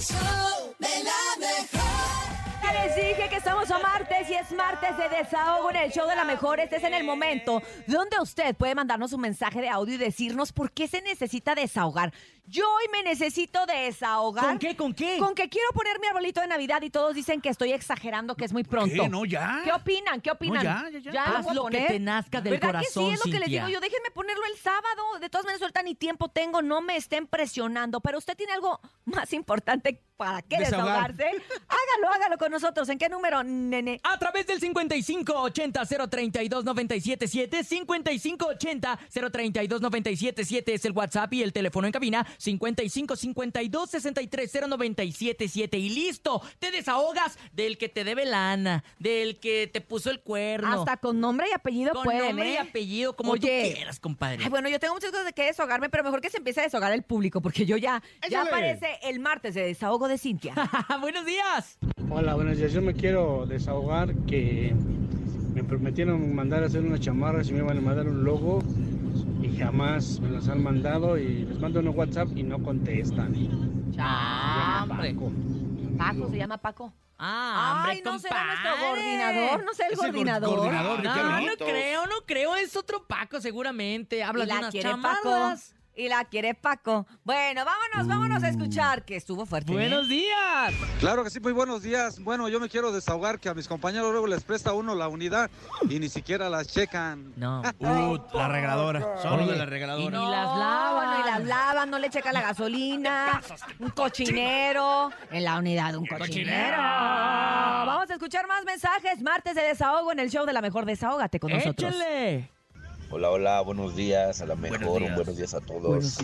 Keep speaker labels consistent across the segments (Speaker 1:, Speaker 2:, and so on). Speaker 1: show de la mejor.
Speaker 2: Ya les dije que estamos a martes y es martes de desahogo en el show de la mejor. Este es en el momento donde usted puede mandarnos un mensaje de audio y decirnos por qué se necesita desahogar. Yo hoy me necesito desahogar.
Speaker 3: ¿Con qué? ¿Con qué?
Speaker 2: Con que quiero poner mi arbolito de Navidad y todos dicen que estoy exagerando, que es muy pronto.
Speaker 4: ¿Qué? No, ya.
Speaker 2: ¿Qué opinan? ¿Qué opinan?
Speaker 4: No, ya, ya, ya.
Speaker 3: Ah. Haz lo
Speaker 2: guapones.
Speaker 3: que te nazca del
Speaker 2: ¿Verdad que sí?
Speaker 3: corazón,
Speaker 2: Es lo que les
Speaker 3: Cintia.
Speaker 2: digo yo. Déjenme ponerlo el sábado. De todas maneras, ahorita ni tiempo tengo. No me estén presionando. Pero usted tiene algo más importante para qué
Speaker 4: Desahogar.
Speaker 2: desahogarse. hágalo, hágalo con nosotros. ¿En qué número, nene?
Speaker 3: A través del 5580-032-977, 5580-032-977 es el WhatsApp y el teléfono en cabina, 5552-630977 y listo, te desahogas del que te debe lana, del que te puso el cuerno,
Speaker 2: Hasta con nombre y apellido
Speaker 3: con
Speaker 2: pueden,
Speaker 3: nombre y
Speaker 2: ¿eh?
Speaker 3: apellido, como
Speaker 2: Oye.
Speaker 3: tú quieras, compadre.
Speaker 2: Ay, bueno, yo tengo muchas cosas de que desahogarme, pero mejor que se empiece a desahogar el público, porque yo ya, ya
Speaker 4: Échale.
Speaker 2: aparece el martes de desahogo de Cintia.
Speaker 3: Buenos días.
Speaker 5: Hola, buenos días. Yo me quiero desahogar que me prometieron mandar a hacer unas chamarras y me iban a mandar un logo y jamás me los han mandado y les mando un WhatsApp y no contestan.
Speaker 3: Ah, hombre.
Speaker 2: Paco, se llama Paco.
Speaker 3: Ah, hombre,
Speaker 2: Ay, no será
Speaker 3: compadre.
Speaker 2: nuestro coordinador, no sé el
Speaker 4: Es el coor-
Speaker 2: coordinador.
Speaker 4: coordinador,
Speaker 3: No,
Speaker 4: Ricardo.
Speaker 3: no
Speaker 4: Carlitos.
Speaker 3: creo, no creo. Es otro Paco, seguramente. Habla
Speaker 2: Y
Speaker 3: de
Speaker 2: la
Speaker 3: unas
Speaker 2: quiere
Speaker 3: chamarras.
Speaker 2: Paco. Y la quiere Paco. Bueno, vámonos, vámonos a escuchar, que estuvo fuerte. ¿eh?
Speaker 3: Buenos días.
Speaker 6: Claro que sí, muy buenos días. Bueno, yo me quiero desahogar que a mis compañeros luego les presta uno la unidad y ni siquiera las checan.
Speaker 3: No.
Speaker 4: Uh, la regaladora. Solo
Speaker 3: Oye,
Speaker 4: de la
Speaker 3: y
Speaker 4: regaladora.
Speaker 3: no- las lavan.
Speaker 2: No, y las lavan, no le checan la gasolina. Un cochinero. En la unidad, un cochinero. Vamos a escuchar más mensajes. Martes de desahogo en el show de la mejor desahógate con nosotros.
Speaker 3: Échale.
Speaker 7: Hola, hola, buenos días, a la mejor,
Speaker 4: Buenos días.
Speaker 7: un buenos días a todos.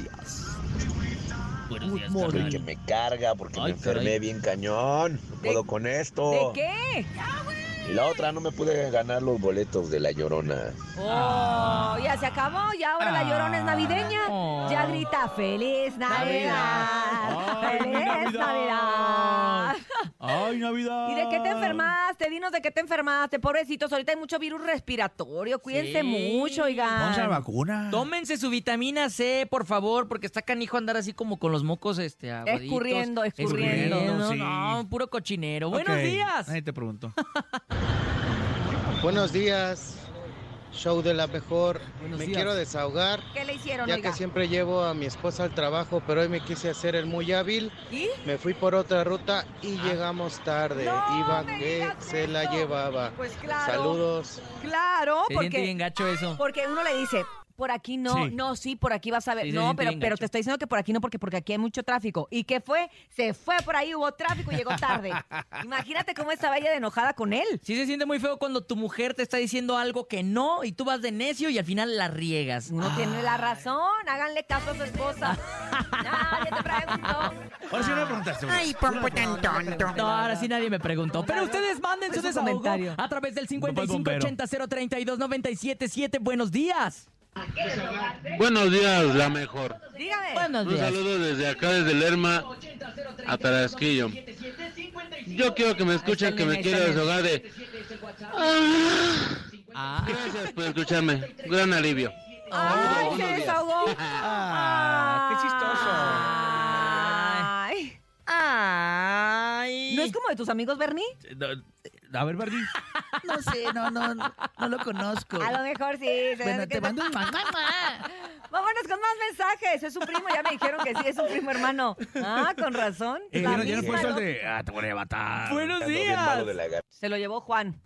Speaker 4: Buenos días,
Speaker 7: Estoy
Speaker 4: carnal.
Speaker 7: que me carga porque
Speaker 4: Ay,
Speaker 7: me enfermé
Speaker 4: caray.
Speaker 7: bien cañón. No
Speaker 2: ¿De-
Speaker 7: puedo con esto.
Speaker 2: ¿De qué?
Speaker 7: Y la otra, no me pude ganar los boletos de la llorona.
Speaker 2: Oh, ya se acabó, ya ahora la llorona es navideña.
Speaker 3: Ah.
Speaker 2: Ya grita feliz Navidad.
Speaker 4: Navidad. Ay,
Speaker 2: Feliz
Speaker 4: Navidad.
Speaker 2: Navidad.
Speaker 4: Ay, Navidad.
Speaker 2: ¿Y de qué te enfermaste? Dinos de qué te enfermaste, pobrecitos. Ahorita hay mucho virus respiratorio. Cuídense
Speaker 3: Sí.
Speaker 2: mucho, oigan.
Speaker 4: Vamos a la vacuna.
Speaker 3: Tómense su vitamina C, por favor, porque está canijo andar así como con los mocos este, aguaditos.
Speaker 2: Escurriendo, escurriendo.
Speaker 3: Escurriendo,
Speaker 4: Sí.
Speaker 3: No, puro cochinero.
Speaker 4: Ok.
Speaker 3: Buenos días.
Speaker 4: Nadie te preguntó.
Speaker 8: Buenos días, show de la mejor.
Speaker 3: Buenos
Speaker 8: me
Speaker 3: días.
Speaker 8: quiero desahogar,
Speaker 2: ¿Qué le hicieron,
Speaker 8: ya
Speaker 2: oiga?
Speaker 8: que siempre llevo a mi esposa al trabajo, pero hoy me quise hacer el muy hábil.
Speaker 2: ¿Y?
Speaker 8: Me fui por otra ruta y llegamos tarde.
Speaker 2: Ah. ¡No
Speaker 8: Iba
Speaker 2: me
Speaker 8: que
Speaker 2: digas
Speaker 8: se la
Speaker 2: eso!
Speaker 8: llevaba.
Speaker 2: Pues claro.
Speaker 8: Saludos.
Speaker 2: Claro,
Speaker 3: Se siente bien
Speaker 2: porque,
Speaker 3: gacho eso.
Speaker 2: porque uno le dice, por aquí no,
Speaker 4: Sí.
Speaker 2: no, sí, por aquí vas a ver.
Speaker 3: Sí, se
Speaker 2: no,
Speaker 3: siente
Speaker 2: pero,
Speaker 3: bien
Speaker 2: pero
Speaker 3: gacho.
Speaker 2: te estoy diciendo que por aquí no, porque, porque aquí hay mucho tráfico. ¿Y qué fue? Se fue por ahí, hubo tráfico y llegó tarde. Imagínate cómo estaba ella de enojada con él.
Speaker 3: Sí se siente muy feo cuando tu mujer te está diciendo algo que no y tú vas de necio y al final la riegas.
Speaker 2: Uno tiene la razón, háganle caso a su esposa. Nadie te preguntó.
Speaker 4: Ahora sí no me preguntaste. Ay,
Speaker 3: No, ahora sí nadie me preguntó. Pero ustedes manden su
Speaker 2: Pues su
Speaker 3: desahogo
Speaker 2: comentario.
Speaker 3: a través del
Speaker 4: va el bombero.
Speaker 3: 5580-032-977. Buenos días.
Speaker 9: Buenos días, la mejor.
Speaker 2: Dígame.
Speaker 3: Eh. Buenos
Speaker 9: Un saludo desde acá, desde Lerma a Tarasquillo. Yo quiero que me escuchen, que me quiero desahogar de... Ah,
Speaker 3: Ah,
Speaker 9: gracias por escucharme. Gran alivio.
Speaker 2: Ay, se
Speaker 9: Buenos días.
Speaker 2: desahogó.
Speaker 4: Ah, qué chistoso.
Speaker 2: Ay.
Speaker 3: ay.
Speaker 2: ¿No es como de tus amigos, Bernie?
Speaker 4: A ver, Barbie.
Speaker 10: No sé, no, no, no lo conozco.
Speaker 2: A lo mejor sí. se ve
Speaker 10: Bueno,
Speaker 2: que
Speaker 10: te
Speaker 2: no.
Speaker 10: mando un mamá.
Speaker 2: Vámonos con más mensajes. Es un primo, ya me dijeron que sí, es un primo hermano. Ah, con razón.
Speaker 4: Eh,
Speaker 2: La
Speaker 4: ya no- ya no
Speaker 2: misma,
Speaker 4: puedes el
Speaker 2: ¿no?
Speaker 4: de. Ah, te voy a levantar.
Speaker 3: Buenos
Speaker 7: Ando bien malo de
Speaker 3: días.
Speaker 7: la garganta.
Speaker 2: Se lo llevó Juan.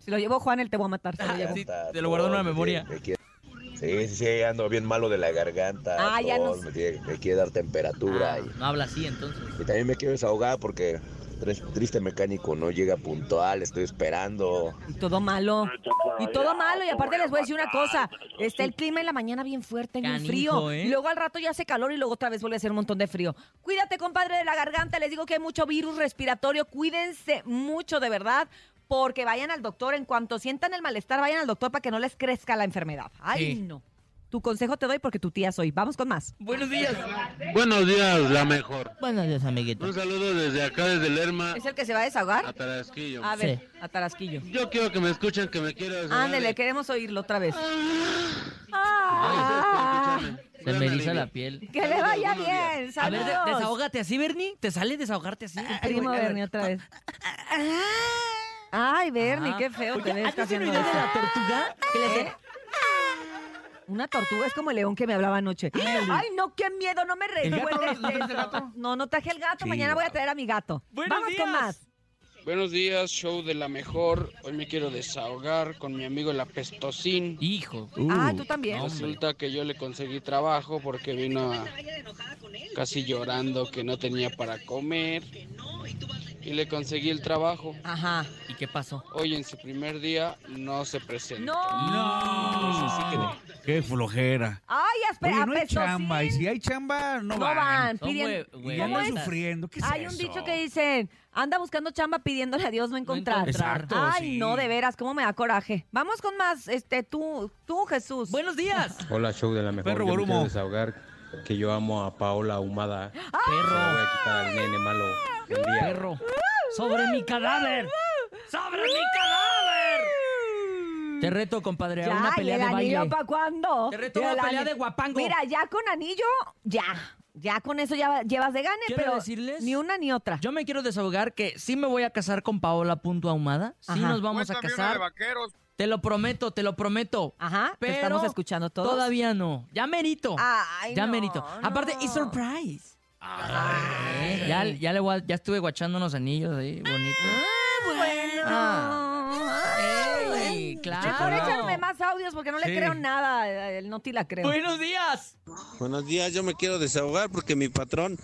Speaker 2: Se lo llevó Juan, él te voy a matar.
Speaker 7: Ah,
Speaker 2: Se lo llevó.
Speaker 3: sí,
Speaker 7: Hasta
Speaker 3: te lo guardo en la
Speaker 7: todos me
Speaker 3: memoria.
Speaker 7: tienen- me quiere- Sí, sí, sí, ando bien malo de la garganta.
Speaker 2: Ah, ya
Speaker 7: todos
Speaker 2: nos-
Speaker 7: me, tiene- me quiere dar temperatura.
Speaker 3: Ah,
Speaker 7: y-
Speaker 3: no habla así entonces.
Speaker 7: Y también me quiero desahogar porque tres- triste mecánico no llega puntual, estoy esperando.
Speaker 2: Y todo malo. Y todo malo. Y aparte les voy a decir una cosa. Está el clima en la mañana bien fuerte, bien
Speaker 3: Canijo,
Speaker 2: frío.
Speaker 3: ¿eh?
Speaker 2: Y luego al rato ya hace calor y luego otra vez vuelve a hacer un montón de frío. Cuídate, compadre, de la garganta. Les digo que hay mucho virus respiratorio. Cuídense mucho, de verdad. Porque vayan al doctor. En cuanto sientan el malestar, vayan al doctor para que no les crezca la enfermedad. Ay,
Speaker 3: Sí.
Speaker 2: no. Tu consejo te doy porque tu tía soy. Vamos con más.
Speaker 3: Buenos días.
Speaker 9: Buenos días, la mejor.
Speaker 3: Buenos días, amiguito.
Speaker 9: Un saludo desde acá, desde Lerma
Speaker 2: ¿Es el que se va a desahogar?
Speaker 9: a Tarasquillo.
Speaker 2: A ver, a Tarasquillo.
Speaker 9: Yo quiero que me escuchen, que me quiero desahogar
Speaker 2: Ándele,
Speaker 9: de...
Speaker 2: queremos oírlo otra vez.
Speaker 9: Ah,
Speaker 2: Ah.
Speaker 9: gracias por escucharme.
Speaker 3: Se me eriza la piel.
Speaker 2: Que le vaya bien.
Speaker 3: A ver,
Speaker 2: Saludos.
Speaker 3: de- desahógate así, Bernie. ¿Te sale desahogarte así?
Speaker 2: Primo Bernie otra vez. Ay,
Speaker 4: Ah.
Speaker 2: Bernie, qué feo te ves
Speaker 3: ¿Has
Speaker 2: haciendo
Speaker 3: de
Speaker 2: eso. ¿Eh?
Speaker 3: la tortuga? Que le hace-
Speaker 4: ¿eh?
Speaker 2: Una tortuga es como el león que me hablaba anoche. Ay, no, qué miedo, no me
Speaker 4: ¿El gato?
Speaker 2: recuerdes
Speaker 4: ¿No traes el
Speaker 2: eso.
Speaker 4: gato?
Speaker 2: No, no traje el gato,
Speaker 4: Sí,
Speaker 2: mañana voy a
Speaker 4: guau.
Speaker 2: traer a mi gato.
Speaker 3: ¡Buenos
Speaker 2: Vamos
Speaker 3: días!
Speaker 2: con más.
Speaker 11: Buenos días, show de la mejor. Hoy me quiero desahogar con mi amigo el apestosín.
Speaker 3: Hijo.
Speaker 4: Uh,
Speaker 2: Ah, tú también.
Speaker 11: Resulta que yo le conseguí trabajo porque vino a- casi llorando que no tenía para comer y le conseguí el trabajo.
Speaker 2: Ajá.
Speaker 3: ¿Y qué pasó?
Speaker 11: Hoy en su primer día no se presentó.
Speaker 2: No.
Speaker 4: No. Qué flojera.
Speaker 2: Ay, espera,
Speaker 4: Oye, no hay
Speaker 2: apestosín.
Speaker 4: chamba. Y si hay chamba, no,
Speaker 2: No van.
Speaker 3: Son
Speaker 2: Piden-
Speaker 3: hue-
Speaker 4: Y andan
Speaker 3: huevotas.
Speaker 4: sufriendo. ¿Qué es
Speaker 2: Hay un
Speaker 4: eso?
Speaker 2: dicho que dicen, anda buscando chamba pidiéndole a Dios no encontrar.
Speaker 3: encontrar.
Speaker 4: Exacto,
Speaker 2: Ay,
Speaker 4: sí.
Speaker 2: no, de veras, cómo me da coraje. Vamos con más, este, tú, tú, Jesús.
Speaker 3: Buenos días.
Speaker 12: Hola, show de la mejor.
Speaker 4: Perro
Speaker 12: Yo me
Speaker 4: Borumo.
Speaker 12: quiero desahogar que yo amo a Paola Ahumada. Se la voy
Speaker 3: Perro.
Speaker 12: a quitar al nene malo. Buen día.
Speaker 3: Perro. Sobre mi cadáver. Sobre mi cadáver. Te reto, compadre, a
Speaker 2: ya,
Speaker 3: una
Speaker 2: ¿y
Speaker 3: pelea
Speaker 2: el
Speaker 3: de
Speaker 2: anillo
Speaker 3: baile.
Speaker 2: para cuándo?
Speaker 3: Te reto
Speaker 2: ¿Y
Speaker 3: una
Speaker 2: el
Speaker 3: pelea
Speaker 2: anillo?
Speaker 3: de guapango.
Speaker 2: Mira, ya con anillo, ya. Ya con eso ya llevas de gane,
Speaker 3: Quiero
Speaker 2: pero
Speaker 3: decirles-
Speaker 2: ni una ni otra.
Speaker 3: Yo me quiero desahogar que sí me voy a casar con Paola Punto Ahumada. Sí
Speaker 2: Ajá.
Speaker 3: nos vamos a casar. Te lo prometo, te lo prometo.
Speaker 2: Ajá, Ah, te
Speaker 3: Pero
Speaker 2: estamos escuchando todos.
Speaker 3: Todavía no. Ya merito.
Speaker 2: Ay,
Speaker 3: ya
Speaker 2: no,
Speaker 3: merito. Aparte,
Speaker 2: no.
Speaker 3: y surprise. Eh, Ya, ya, le voy a- ya estuve guachando unos anillos ahí, bonito.
Speaker 2: Ah, Bueno. Ah, Ay,
Speaker 3: Ah, Ey, claro.
Speaker 2: Mejor échame más audios porque no le
Speaker 4: Sí.
Speaker 2: creo nada. El Noti la creo.
Speaker 3: Buenos días.
Speaker 13: Buenos días, yo me quiero desahogar porque mi patrón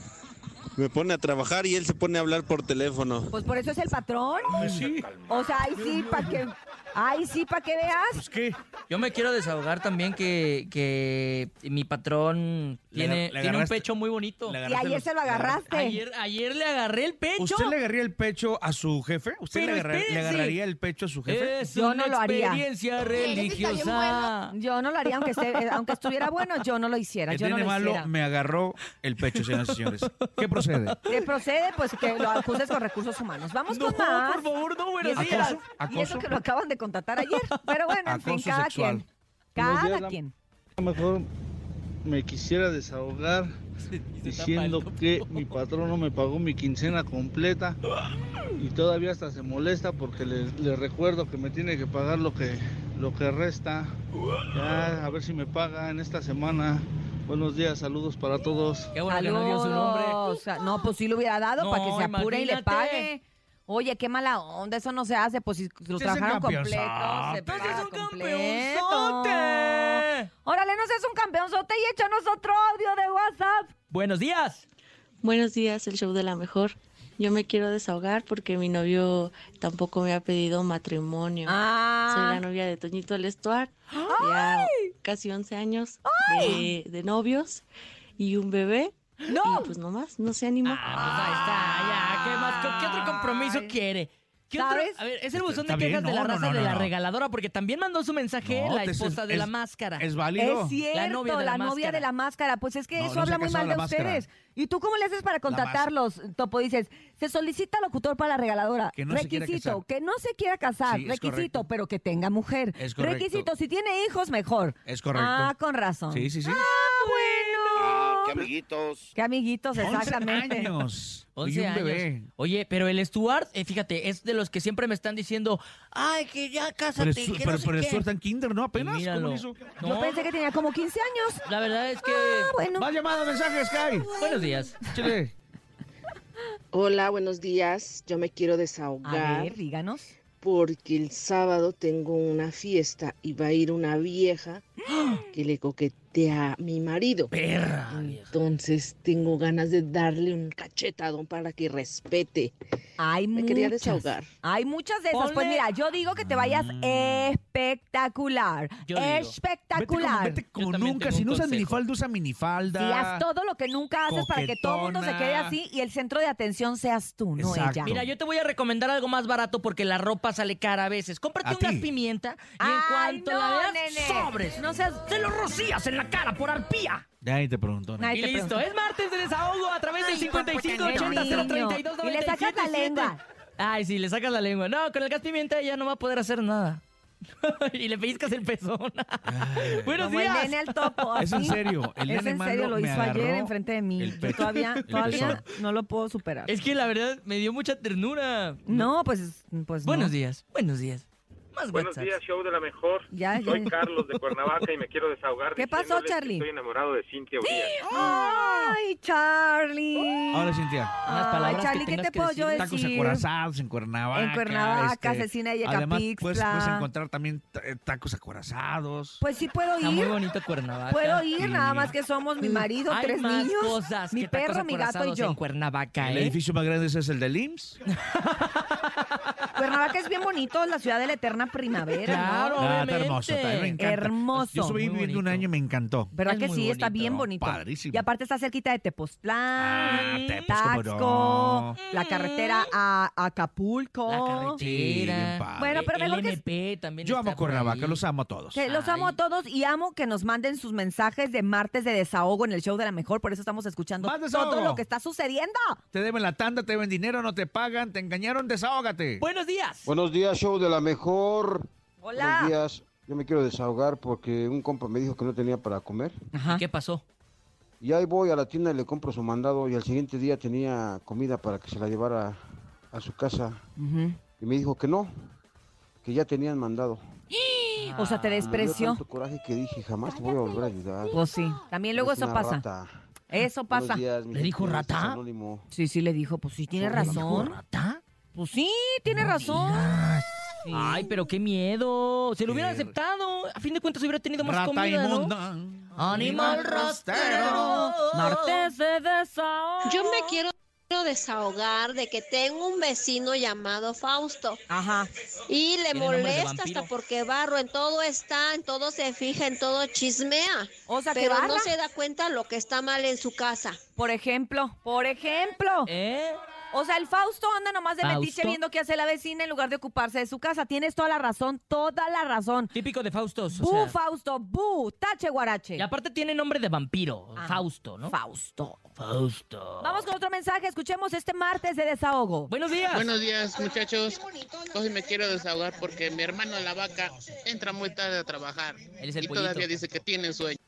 Speaker 13: me pone a trabajar y él se pone a hablar por teléfono.
Speaker 2: Pues por eso es el patrón.
Speaker 4: Sí.
Speaker 2: O sea, ahí sí, para que. Ahí sí, para que veas.
Speaker 4: Pues qué.
Speaker 3: Yo me quiero desahogar también que, que mi patrón
Speaker 4: Le
Speaker 3: tiene,
Speaker 4: agar- le
Speaker 3: tiene un
Speaker 4: agarraste-
Speaker 3: pecho muy bonito.
Speaker 4: le
Speaker 2: Y
Speaker 4: agarraste
Speaker 2: ayer
Speaker 4: los-
Speaker 2: se lo agarraste.
Speaker 3: Ayer, ayer le agarré el pecho.
Speaker 4: ¿Usted le agarraría el pecho a su jefe? ¿Usted le,
Speaker 3: Pero
Speaker 4: agarra- le
Speaker 3: espérense.
Speaker 4: agarraría el pecho a su jefe?
Speaker 3: Es
Speaker 2: Yo
Speaker 3: una
Speaker 2: no lo haría.
Speaker 3: experiencia religiosa.
Speaker 2: Yo no lo haría, aunque, esté- eh, aunque estuviera bueno, yo no lo hiciera.
Speaker 4: El
Speaker 2: Yo no
Speaker 4: nene
Speaker 2: lo
Speaker 4: malo
Speaker 2: hiciera.
Speaker 4: me agarró el pecho, señoras y señores. ¿Qué procede?
Speaker 2: Te procede, pues que lo acuses con recursos humanos. Vamos
Speaker 3: No,
Speaker 2: con más.
Speaker 3: por favor, no, buenos
Speaker 2: Y eso que-
Speaker 3: días.
Speaker 2: Y eso
Speaker 4: ¿Acoso?
Speaker 2: que lo acaban de contratar ayer. Pero bueno, en fin,
Speaker 4: Acoso
Speaker 2: cada quien.
Speaker 4: sexual.
Speaker 5: Buenos días,
Speaker 2: Cada
Speaker 5: la-
Speaker 2: quien.
Speaker 5: A lo mejor me quisiera desahogar diciendo que mi patrón no me pagó mi quincena completa y todavía hasta se molesta porque le, le recuerdo que me tiene que pagar lo que, lo que resta. Ya, a ver si me paga en esta semana. Buenos días, saludos para todos.
Speaker 3: Qué bueno que no dio su nombre.
Speaker 2: Saludos. O sea, no, pues sí lo hubiera dado
Speaker 3: No,
Speaker 2: para que se apure y le
Speaker 3: imagínate.
Speaker 2: pague. Oye, qué mala onda, eso no se hace, pues si lo
Speaker 4: es
Speaker 2: trabajaron
Speaker 4: un
Speaker 2: completo,
Speaker 4: campeonzote.
Speaker 2: se
Speaker 4: Entonces
Speaker 2: paga
Speaker 3: es un
Speaker 2: completo.
Speaker 3: campeonzote.
Speaker 2: Órale, no seas un campeonzote y échanos otro audio de WhatsApp.
Speaker 3: Buenos días.
Speaker 14: Buenos días, el show de la mejor. Yo me quiero desahogar porque mi novio tampoco me ha pedido matrimonio. Soy
Speaker 2: Ah,
Speaker 14: la novia de Toñito Lestuart, ya casi 11 años de, de novios y un bebé.
Speaker 2: ¡No!
Speaker 14: Y pues nomás, no se animó.
Speaker 3: Ah, pues ahí está, ya. ¿Qué más? ¿Qué- ¿Qué otro compromizo quiere? ¿Qué otro?
Speaker 2: ¿Sabes?
Speaker 3: A ver, es el buzón de
Speaker 4: Está bien,
Speaker 3: quejas de la
Speaker 4: no, no,
Speaker 3: raza
Speaker 4: no,
Speaker 3: de
Speaker 4: no,
Speaker 3: la
Speaker 4: no.
Speaker 3: regaladora, porque también mandó su mensaje
Speaker 4: No,
Speaker 3: la
Speaker 4: es-
Speaker 3: esposa de
Speaker 4: es-
Speaker 3: la máscara.
Speaker 4: ¿Es válido?
Speaker 2: es cierto, la novia de la,
Speaker 3: máscara.
Speaker 2: máscara. Pues es que
Speaker 4: No,
Speaker 2: eso
Speaker 4: no se
Speaker 2: habla
Speaker 4: ha
Speaker 2: muy
Speaker 4: casado
Speaker 2: mal de
Speaker 4: la máscara.
Speaker 2: ustedes. ¿Y tú cómo le haces para contratarlos, Topo? Dices, se solicita locutor para la regaladora.
Speaker 4: Que no se quiera
Speaker 2: Requisito,
Speaker 4: casar.
Speaker 2: que no se quiera casar.
Speaker 4: Sí, es
Speaker 2: Requisito,
Speaker 4: correcto.
Speaker 2: pero que tenga mujer.
Speaker 4: Es correcto.
Speaker 2: Requisito, si tiene hijos, mejor.
Speaker 4: Es correcto.
Speaker 2: Ah, con razón.
Speaker 4: Sí, Ah, sí, sí.
Speaker 2: Ah, bueno.
Speaker 15: ¡Qué amiguitos!
Speaker 2: Qué amiguitos,
Speaker 4: 11
Speaker 2: exactamente.
Speaker 4: años.
Speaker 3: 11
Speaker 4: y un
Speaker 3: años.
Speaker 4: bebé.
Speaker 3: Oye, pero el Stuart, eh, fíjate, es de los que siempre me están diciendo, ay, que ya
Speaker 4: Pero,
Speaker 3: cásate,
Speaker 4: es-
Speaker 3: que
Speaker 4: pero,
Speaker 3: no sé
Speaker 4: pero
Speaker 3: qué".
Speaker 4: es suerte en kinder, ¿no? Apenas.
Speaker 3: Y
Speaker 4: ¿Cómo
Speaker 3: míralo.
Speaker 4: le hizo?
Speaker 3: No,
Speaker 2: Yo pensé que tenía como 15 años.
Speaker 3: la verdad es que...
Speaker 2: Ah, bueno.
Speaker 4: Más llamadas, mensajes, Sky.
Speaker 3: Buenos días.
Speaker 4: Chile.
Speaker 16: Hola, buenos días. Yo me quiero
Speaker 2: A
Speaker 16: desahogar
Speaker 2: ver, díganos.
Speaker 16: porque el sábado tengo una fiesta y va a ir una vieja que le coquetea a mi marido.
Speaker 3: Perra.
Speaker 16: Entonces tengo ganas de darle un cachetadón para que respete.
Speaker 2: Hay
Speaker 16: Me
Speaker 2: muchas.
Speaker 16: quería desahogar.
Speaker 2: Hay muchas de esas. Pues
Speaker 3: Ponle- Mm.
Speaker 2: mira, yo digo que te vayas espectacular.
Speaker 3: Yo digo,
Speaker 2: espectacular.
Speaker 3: Yo
Speaker 4: Vete como, vete como
Speaker 3: también
Speaker 4: nunca.
Speaker 3: tengo
Speaker 4: Si
Speaker 3: un
Speaker 4: no usas
Speaker 3: consejo.
Speaker 4: minifalda, usa minifalda.
Speaker 2: Y haz todo lo que nunca haces para que todo el mundo se quede
Speaker 4: coquetona.
Speaker 2: así y el centro de atención seas tú, no
Speaker 4: Exacto.
Speaker 2: ella.
Speaker 3: Mira, yo te voy a recomendar algo más barato porque la ropa sale cara a veces. Cómprate
Speaker 4: ¿A
Speaker 3: un gas
Speaker 4: ti?
Speaker 3: pimienta y en
Speaker 2: Ay,
Speaker 3: cuanto
Speaker 2: Ah, no,
Speaker 3: la veas,
Speaker 2: nene.
Speaker 3: sobres.
Speaker 2: No seas...
Speaker 3: Te lo rocías en la cara por arpía.
Speaker 4: Nadie te preguntó. ¿no?
Speaker 2: Ay,
Speaker 3: y
Speaker 2: te
Speaker 3: listo,
Speaker 2: pregunto.
Speaker 3: es martes de desahogo a través del 5580 032
Speaker 2: Y le sacas la
Speaker 3: 97 7.
Speaker 2: lengua.
Speaker 3: Ay, sí, le sacas la lengua. No, con el gas pimienta ella no va a poder hacer nada. y le pellizcas el pezón. Buenos
Speaker 2: Como
Speaker 3: días.
Speaker 2: el nene al topo.
Speaker 3: Es en
Speaker 2: así.
Speaker 3: serio, el
Speaker 2: es
Speaker 3: nene
Speaker 2: en
Speaker 3: malo
Speaker 2: serio, lo
Speaker 3: me
Speaker 2: hizo ayer
Speaker 3: agarró
Speaker 2: enfrente de mí.
Speaker 3: el
Speaker 2: Yo
Speaker 3: pecho,
Speaker 2: todavía
Speaker 3: el
Speaker 2: todavía
Speaker 3: pezón.
Speaker 2: no lo puedo superar.
Speaker 3: Es que la verdad me dio mucha ternura.
Speaker 2: No, pues, pues no.
Speaker 3: Buenos días, buenos días. Más
Speaker 15: Buenos
Speaker 3: WhatsApp.
Speaker 15: días, show de la mejor.
Speaker 2: Ya, ya.
Speaker 15: Soy Carlos de Cuernavaca y me quiero desahogar.
Speaker 2: ¿Qué pasó,
Speaker 15: diciéndoles que
Speaker 2: Charlie?
Speaker 15: Estoy enamorado de Cintia Urias.
Speaker 2: Ay, Charlie.
Speaker 4: Ahora, Cintia.
Speaker 2: Ay, palabras que Charlie, ¿qué tengas te que puedo yo decir?
Speaker 4: Tacos acorazados en Cuernavaca.
Speaker 2: En Cuernavaca,
Speaker 4: este,
Speaker 2: Cecina y
Speaker 4: Además, puedes,
Speaker 2: Yecapixtla.
Speaker 4: puedes encontrar también eh, tacos acorazados.
Speaker 2: Pues sí puedo
Speaker 4: Está muy
Speaker 2: ir.
Speaker 4: bonito Cuernavaca.
Speaker 2: Puedo ir, nada
Speaker 4: Sí.
Speaker 2: más que somos mi marido,
Speaker 3: Hay
Speaker 2: tres
Speaker 3: más
Speaker 2: niños,
Speaker 3: cosas
Speaker 2: mi
Speaker 3: que tacos
Speaker 2: perro, mi gato y
Speaker 3: acorazados
Speaker 2: yo.
Speaker 3: en Cuernavaca,
Speaker 4: El
Speaker 3: ¿eh?
Speaker 4: edificio más grande ese es el del IMSS.
Speaker 2: Cuernavaca es bien bonito, la ciudad de la eterna primavera.
Speaker 4: Claro,
Speaker 2: ¿no?
Speaker 4: Ah, está hermoso. Está, me encanta.
Speaker 2: Hermoso.
Speaker 4: Yo estuve ahí
Speaker 2: Muy
Speaker 4: viviendo un año y me encantó.
Speaker 2: ¿Verdad que sí? Está bien bonito.
Speaker 4: Padrísimo. Ah,
Speaker 2: Y aparte está cerquita de Tepoztlán,
Speaker 4: Tepos, cómo
Speaker 2: Taxco,
Speaker 4: no.
Speaker 2: la carretera a Acapulco.
Speaker 4: bien padre.
Speaker 2: Oh. Bueno, pero mejor que
Speaker 3: MP también.
Speaker 4: Yo amo Cuernavaca, los amo a todos.
Speaker 2: Que los amo a todos y amo que nos manden sus mensajes de martes de desahogo en el show de la mejor. Por eso estamos escuchando
Speaker 4: Más desahogo.
Speaker 2: todo lo que está sucediendo.
Speaker 4: Te deben la tanda, te deben dinero, no te pagan, te engañaron, desahógate.
Speaker 2: Pues,
Speaker 3: Buenos días.
Speaker 17: Buenos días, show de la mejor.
Speaker 2: Hola.
Speaker 17: Buenos días. Yo me quiero desahogar porque un compa me dijo que no tenía para comer.
Speaker 3: ¿Qué pasó?
Speaker 17: Y ahí voy a la tienda y le compro su mandado y al siguiente día tenía comida para que se la llevara a su casa. Y me dijo que no, que ya tenían mandado.
Speaker 2: O sea, te
Speaker 17: Y me dio
Speaker 2: despreció.
Speaker 17: tanto coraje que dije, jamás te voy a volver a ayudar.
Speaker 2: Pues sí. También luego
Speaker 17: Eres
Speaker 2: eso
Speaker 17: una
Speaker 2: pasa.
Speaker 17: rata.
Speaker 2: Eso pasa.
Speaker 17: Buenos días, mi
Speaker 2: ¿Le dijo
Speaker 17: gente, este es
Speaker 2: rata?
Speaker 17: Anónimo.
Speaker 2: Sí, sí, le dijo. Pues sí, tiene
Speaker 17: Sobre la mejor.
Speaker 2: razón. Pues sí, tiene razón.
Speaker 3: Ay, pero qué miedo. Se lo hubieran aceptado. A fin de cuentas hubiera tenido más
Speaker 2: Rata
Speaker 3: comida, ¿no?
Speaker 4: inmunda.
Speaker 3: Animal rastrero.
Speaker 2: Martes de desahogo.
Speaker 18: Yo me quiero desahogar de que tengo un vecino llamado Fausto.
Speaker 2: Ajá.
Speaker 18: Y le
Speaker 2: Tiene nombre de
Speaker 18: molesta
Speaker 2: vampiro.
Speaker 18: hasta porque barro, en todo está, en todo se fija, en todo chismea.
Speaker 2: O sea, que
Speaker 18: pero no
Speaker 2: barra.
Speaker 18: se da cuenta lo que está mal en su casa.
Speaker 2: Por ejemplo, por ejemplo.
Speaker 3: ¿Eh?
Speaker 2: O sea, el Fausto anda nomás de
Speaker 3: Fausto.
Speaker 2: metiche viendo qué hace la vecina en lugar de ocuparse de su casa. Tienes toda la razón, toda la razón.
Speaker 3: Típico de Faustos.
Speaker 2: Bu,
Speaker 3: O sea,
Speaker 2: Fausto, bu, tache guarache.
Speaker 3: y aparte tiene nombre de vampiro.
Speaker 2: Ah,
Speaker 3: Fausto, ¿no?
Speaker 2: Fausto.
Speaker 3: Fausto.
Speaker 2: Vamos con otro mensaje, escuchemos este martes de desahogo.
Speaker 3: Buenos días.
Speaker 19: Buenos días, muchachos. Hoy me quiero desahogar porque mi hermano la vaca entra muy tarde a trabajar.
Speaker 3: es el
Speaker 19: y
Speaker 3: pollito.
Speaker 19: todavía dice que tiene sueño.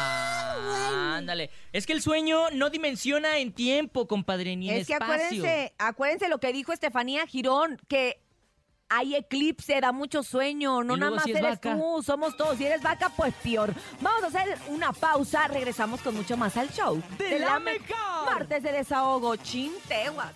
Speaker 3: Ah, ándale. Es que el sueño no dimensiona en tiempo, compadre, ni en
Speaker 2: Es que
Speaker 3: espacio.
Speaker 2: acuérdense, acuérdense lo que dijo Estefanía Girón, que hay eclipse, da mucho sueño, no
Speaker 3: Y
Speaker 2: nada
Speaker 3: luego
Speaker 2: más
Speaker 3: si es
Speaker 2: eres
Speaker 3: vaca.
Speaker 2: tú, somos todos. Si eres vaca, pues peor. Vamos a hacer una pausa, regresamos con mucho más al show.
Speaker 1: De la
Speaker 2: mejor. Martes de desahogo, chinteguas.